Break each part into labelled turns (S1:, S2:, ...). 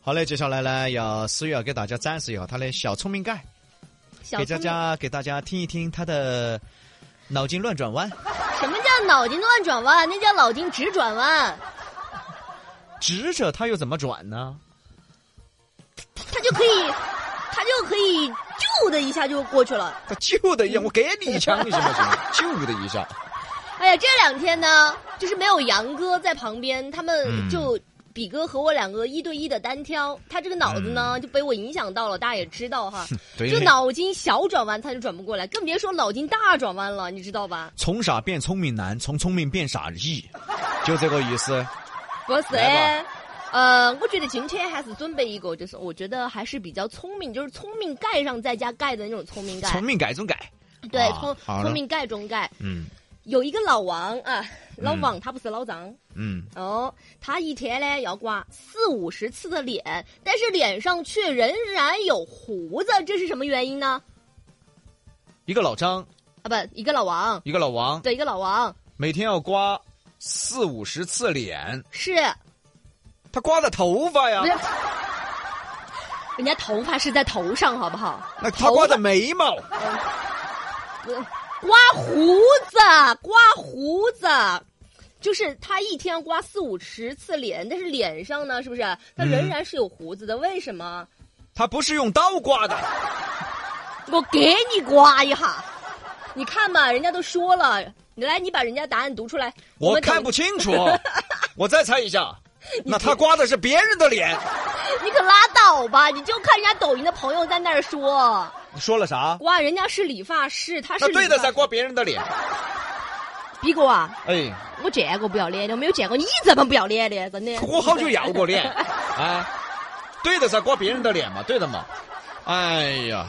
S1: 好嘞，接下来呢，要思雨要给大家展示一下他的小聪明盖，
S2: 小
S1: 给大
S2: 聪明
S1: 家给大家听一听他的脑筋乱转弯，
S2: 什么叫脑筋乱转弯？那叫脑筋直转弯，
S1: 直着他又怎么转 呢？
S2: 他就可以，他就可以啾的一下就过去了。
S1: 他就的一下，我给你一枪，你行不行？就的一下，
S2: 哎呀，这两天呢，就是没有杨哥在旁边，他们
S1: 嗯
S2: 就。比哥和我两个一对一的单挑，他这个脑子
S1: 嗯
S2: 呢、就被我影响到了，大家也知道哈，
S1: 对
S2: 就脑筋小转弯他就转不过来，更别说脑筋大转弯了，你知道吧？
S1: 从傻变聪明难，从聪明变傻易，就这个意思。
S2: 不是
S1: 来，
S2: 呃，我觉得今天还是准备一个，就是我觉得还是比较聪明，就是聪明盖上再加盖的那种聪明盖
S1: 聪，明盖中盖，
S2: 对，
S1: 啊
S2: 聪
S1: 好了
S2: 聪明盖中盖。
S1: 嗯
S2: 有一个老王啊，老
S1: 嗯
S2: 王他不是老张
S1: 嗯，
S2: 哦，他一天呢要刮四五十次的脸，但是脸上却仍然有胡子，这是什么原因呢？
S1: 一个老张，
S2: 啊，不，一个老王，
S1: 一个老王，
S2: 对，一个老王
S1: 每天要刮四五十次脸，
S2: 是
S1: 他刮的头发呀
S2: 不是，人家头发是在头上，好不好？
S1: 那他刮的眉毛，
S2: 刮胡子，刮胡子，就是他一天要刮四五十次脸，但是脸上呢，是不是他
S1: 嗯
S2: 仍然是有胡子的？为什么？
S1: 他不是用刀刮的。
S2: 我给你刮一下，你看嘛，人家都说了，你来，你把人家答案读出来。
S1: 我
S2: 们等
S1: 看不，清楚，我再猜一 下。那他刮的是别人的脸，
S2: 你可拉倒吧！你就看人家抖音的朋友在那儿说，
S1: 说了啥？
S2: 哇，人家是理发师，他是
S1: 那对的
S2: 理发
S1: 在刮别人的 脸。
S2: 逼哥啊，
S1: 哎，
S2: 我见过不要脸的，我没有见过你这么不要脸的，真的。
S1: 我好久要过 脸，哎，对的在刮别人的脸嘛，对的嘛。哎呀，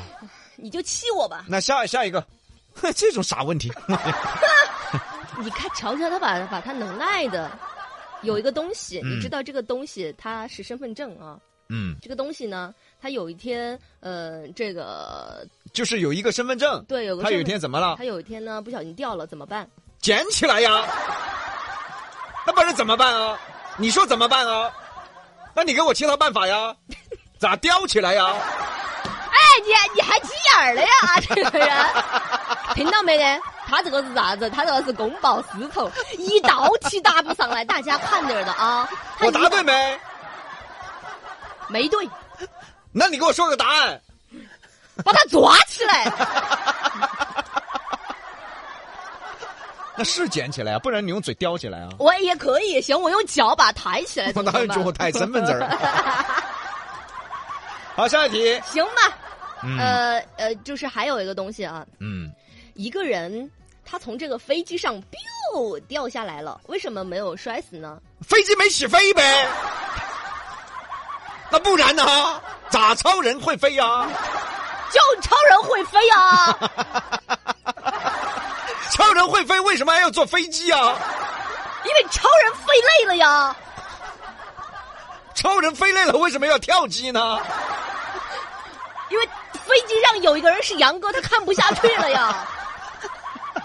S2: 你就气我吧。
S1: 那下下一个，哼，这种傻问题，
S2: 你看，瞧瞧他把把他能耐的，有一个东西，
S1: 嗯
S2: 你知道这个东西它是身份证啊。
S1: 嗯，
S2: 这个东西呢，它有一天，呃，这个
S1: 就是有一个身份证，
S2: 对有个
S1: 他有一
S2: 身份
S1: 天怎么了？
S2: 它有一天呢不小心掉了，怎么办？
S1: 捡起来呀，那不然怎么办啊？你说怎么办啊？那你给我其他办法 呀？咋叼起来呀？
S2: 哎，你你还急眼儿了呀？这个人， 听到没呢？他这个是啥子？他这个是公报私仇，一道题答不上来，大家看着的啊。他
S1: 我
S2: 一
S1: 答对没？
S2: 没对？
S1: 那你给我说个答案。
S2: 把他抓起来。
S1: 那是捡起来啊，不然你用嘴叼起来啊。
S2: 我也可以，行，我用脚把它抬起来。
S1: 我
S2: 怎么
S1: 哪有
S2: 办
S1: 这么带身份证儿？啊好，下一题。
S2: 行吧，
S1: 嗯
S2: 呃呃，就是还有一个东西啊，
S1: 嗯，
S2: 一个人他从这个飞机上 biu 掉下来了，为什么没有摔死呢？
S1: 飞机没起飞呗？那不然呢？咋超人会飞呀、啊
S2: 就超人会飞啊！
S1: 超人会飞，为什么还要坐飞机啊？
S2: 因为超人飞累了呀，
S1: 超人飞累了，为什么要跳机呢？
S2: 因为飞机上有一个人是杨哥，他看不下去了呀。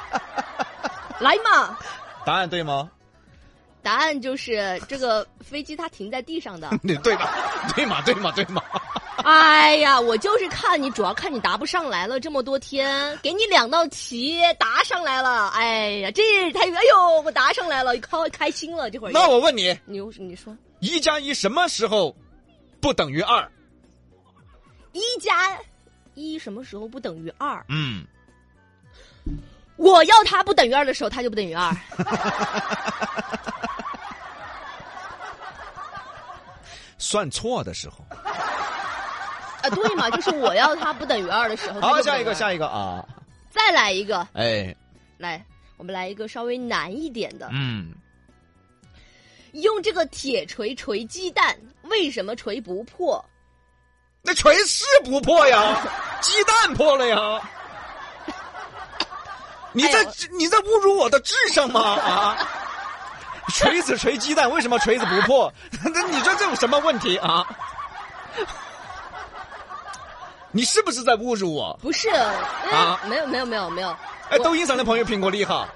S2: 来嘛，
S1: 答案对吗？
S2: 答案就是这个飞机它停在地上 的。
S1: 你对吧？对嘛？对嘛？对嘛？
S2: 哎呀，我就是看你，主要看你答不上来了。这么多天，给你两道题答上来了。哎呀，这太哎呦，我答上来了，开开心了，这会儿。
S1: 那我问你，
S2: 你又你说
S1: 一加一什么时候不等于二？
S2: 一加一什么时候不等于二？
S1: 嗯，
S2: 我要它不等于二的时候，它就不等于二。
S1: 算错的时候。
S2: 啊，对嘛，就是我要它不等于二的时候。它
S1: 好，
S2: 就不等
S1: 下
S2: 于
S1: 一个，
S2: 二
S1: 下一个啊！
S2: 再来一个，
S1: 哎，
S2: 来，我们来一个稍微难一点的，
S1: 嗯，
S2: 用这个铁锤锤鸡蛋，为什么锤不破？
S1: 那锤是不破呀， 鸡蛋破了呀。你在、
S2: 哎
S1: 你在侮辱我的智商吗？啊！锤子锤鸡蛋，为什么锤子不破？ 那你说这有什么问题啊？你是不是在侮辱我？
S2: 不是，
S1: 啊
S2: 嗯，没有没有没有没有，
S1: 哎，
S2: 我
S1: 抖音上的朋友评过厉害，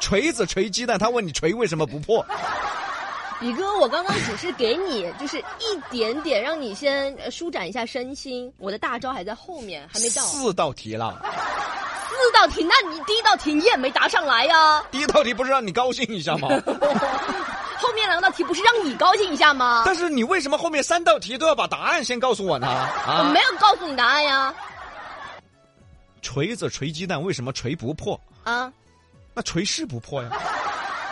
S1: 锤子锤鸡蛋，他问你锤为什么不破？
S2: 宇哥，我刚刚只是给你就是一点点，让你先呃舒展一下身心。我的大招还在后面，还没到。
S1: 四道题了，
S2: 四道题，那你第一道题你也没答上来呀。
S1: 第一道题不是让你高兴一下 吗？
S2: 后面两道题不是让你高兴一下吗？
S1: 但是你为什么后面三道题都要把答案先告诉我呢？
S2: 我
S1: 啊
S2: 没，有告诉你答案呀。
S1: 锤子锤鸡蛋为什么锤不破？
S2: 啊，
S1: 那锤是不破呀。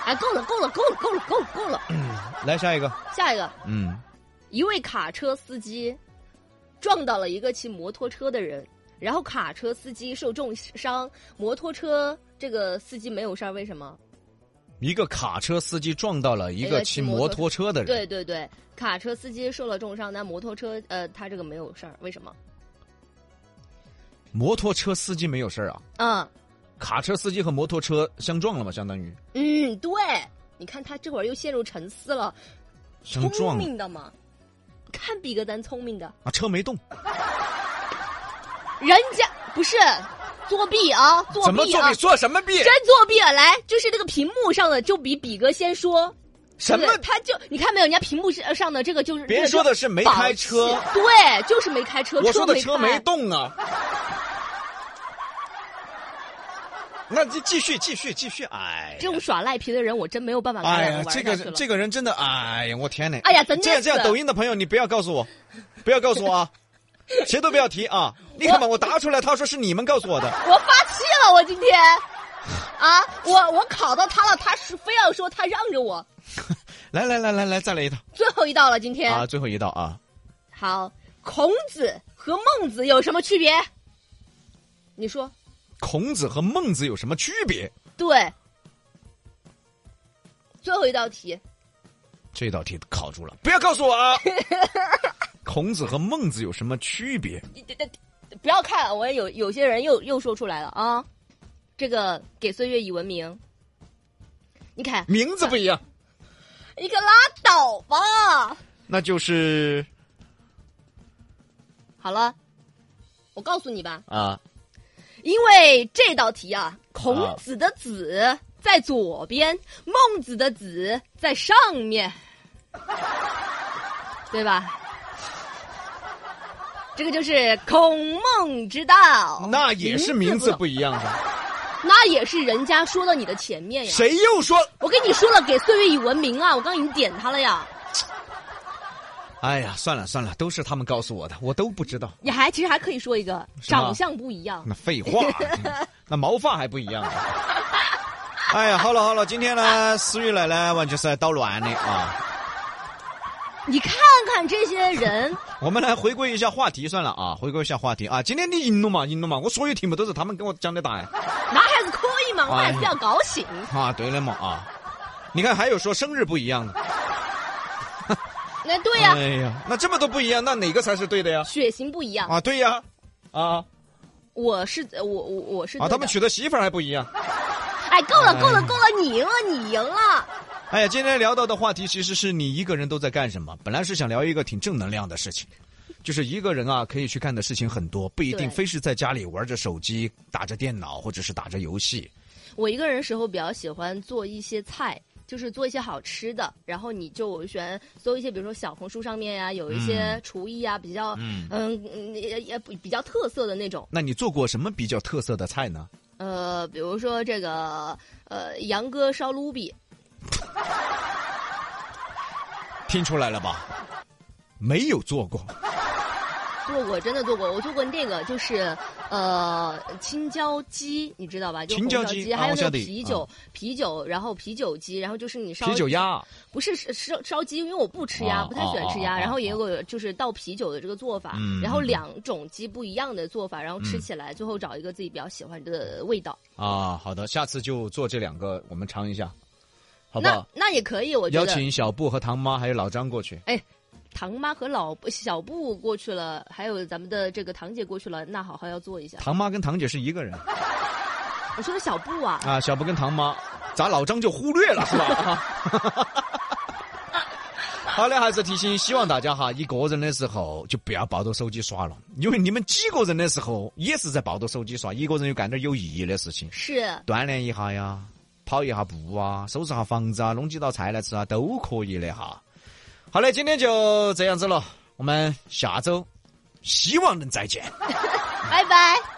S2: 哎，够了，够了，够了，够了，够了，够了。
S1: 来下一个，
S2: 下一个，
S1: 嗯，
S2: 一位卡车司机撞到了一个骑摩托车的人，然后卡车司机受重伤，摩托车这个司机没有事儿，为什么？
S1: 一个卡车司机撞到了一
S2: 一个
S1: 个
S2: 哎骑
S1: 骑
S2: 摩
S1: 摩
S2: 托
S1: 托车的人，
S2: 对对对，卡车司机受了重伤，但摩托车呃，他这个没有事儿，为什么？
S1: 摩托车司机没有事儿啊，
S2: 嗯
S1: 卡车司机和摩托车相撞了嘛，相当于
S2: 嗯，对，你看他这会儿又陷入沉思了，
S1: 相
S2: 聪
S1: 撞
S2: 明的嘛，看比格咱聪明的，
S1: 啊，车没动，
S2: 人家不是作弊啊，作
S1: 怎么
S2: 弊
S1: 作
S2: 啊
S1: 弊？，做什么弊？
S2: 真作弊啊！来，就是这个屏幕上的，就比比格先说。
S1: 什么
S2: 对？他就你看没有？人家屏幕上上的这个就是
S1: 别人说的是没开车，
S2: 保持对，就是没开车。
S1: 我说的车
S2: 没
S1: 没
S2: 开
S1: 动啊。那就继续继续继续，哎呀，
S2: 这种耍赖皮的人，我真没有办法跟他
S1: 哎
S2: 玩
S1: 呀，
S2: 下
S1: 这
S2: 去
S1: 个
S2: 了。
S1: 人这个人真的，哎呀，我天哪！
S2: 哎呀真的
S1: 这样这样，
S2: 是
S1: 抖音的朋友你不要告诉我，不要告诉我啊，谁都不要提啊！你看吧，我答出来，他说是你们告诉我的，
S2: 我发气了，我今天啊，我我考到他了，他是非要说他让着我。
S1: 来来来来来，再来一道
S2: 最后一道了，今天、
S1: 啊，最后一道啊，
S2: 好，孔子和孟子有什么区别？你说
S1: 孔子和孟子有什么区别？
S2: 对。最后一道题，
S1: 这道题考住了，不要告诉我 啊！孔子和孟子有什么区别？
S2: 不要看，啊我也有有些人又又说出来了啊。这个给岁月以文明，你看，
S1: 名字不一样，
S2: 你可拉倒吧。
S1: 那就是
S2: 好了，我告诉你吧，
S1: 啊，
S2: 因为这道题啊，孔子的“子”在左边，孟子的“子”在上面，对吧？这个就是孔孟之道，
S1: 那也是名字
S2: 哦不同，
S1: 不一样的。
S2: 那也是人家说到你的前面呀。
S1: 谁又说？
S2: 我跟你说了，给岁月以文明啊！我刚已经点他了呀，
S1: 哎呀，算了算了，都是他们告诉我的，我都不知道。
S2: 你还其实还可以说一个
S1: 什么
S2: 长相不一样，
S1: 那废话， 嗯那毛发还不一样。啊哎呀，好了好了，今天呢，思雨奶奶完全是在捣乱的啊！
S2: 你看看这些人，
S1: 我们来回归一下话题算了啊，回归一下话题啊！今天你赢了嘛，赢了嘛！我所有题目都是他们跟我讲的答案
S2: 男孩子可以嘛，我还是要高兴。
S1: 啊，对了嘛啊！你看还有说生日不一样的，
S2: 那对呀、
S1: 哎呀，那这么多不一样，那哪个才是对的呀？
S2: 血型不一样，
S1: 啊，对呀，啊
S2: 我是我我我是
S1: 啊，
S2: 对的
S1: 他们娶的媳妇儿还不一样。
S2: 哎，够了
S1: 哎
S2: 够了够了，你赢了你赢了，
S1: 哎呀，今天聊到的话题其实是你一个人都在干什么。本来是想聊一个挺正能量的事情，就是一个人啊可以去干的事情很多，不一定
S2: 对
S1: 非是在家里玩着手机、打着电脑或者是打着游戏。
S2: 我一个人时候比较喜欢做一些菜。就是做一些好吃的，然后你就选搜一些，比如说小红书上面呀、有一些厨艺啊，比较嗯嗯也也比比较特色的那种。
S1: 那你做过什么比较特色的菜呢？
S2: 呃，比如说这个呃杨哥烧卢比，
S1: 听出来了 吧？没有做过，
S2: 做过真的做过，我做过那个就是呃青椒鸡，你知道吧？就
S1: 青
S2: 红
S1: 椒
S2: 烧
S1: 鸡
S2: 鸡，
S1: 啊
S2: 还有
S1: 我
S2: 那个
S1: 晓得
S2: 啤酒、啤酒，然后啤酒鸡，然后就是你烧
S1: 啤酒鸭
S2: 不是是烧烧鸡，因为我不吃鸭，
S1: 啊
S2: 不太喜欢吃鸭。
S1: 啊啊啊
S2: 然后也有就是倒啤酒的这个做法，
S1: 嗯
S2: 然后两种鸡不一样的做法，然后吃起来、最后找一个自己比较喜欢的味道。
S1: 啊。好的，下次就做这两个，我们尝一下，好不
S2: 那
S1: 好？
S2: 那也可以，我觉
S1: 邀
S2: 得
S1: 请小布和唐妈还有老张过去。
S2: 唐妈和老小布过去了，还有咱们的这个堂姐过去了，那好好要做一下。
S1: 唐妈跟堂姐是一个人
S2: 我说的小布啊，
S1: 啊，小布跟唐妈，咱老张就忽略了，是吧？啊 好嘞，还是提醒，希望大家哈，一个人的时候就不要抱着手机耍了，因为你们几个人的时候也是在抱着手机耍，一个人又干点有意义的事情，
S2: 是
S1: 锻炼一下呀，跑一下步啊，收拾下房子啊，弄几道菜来吃啊，都可以的哈。好嘞，今天就这样子了，我们下周希望能再见。
S2: 拜拜。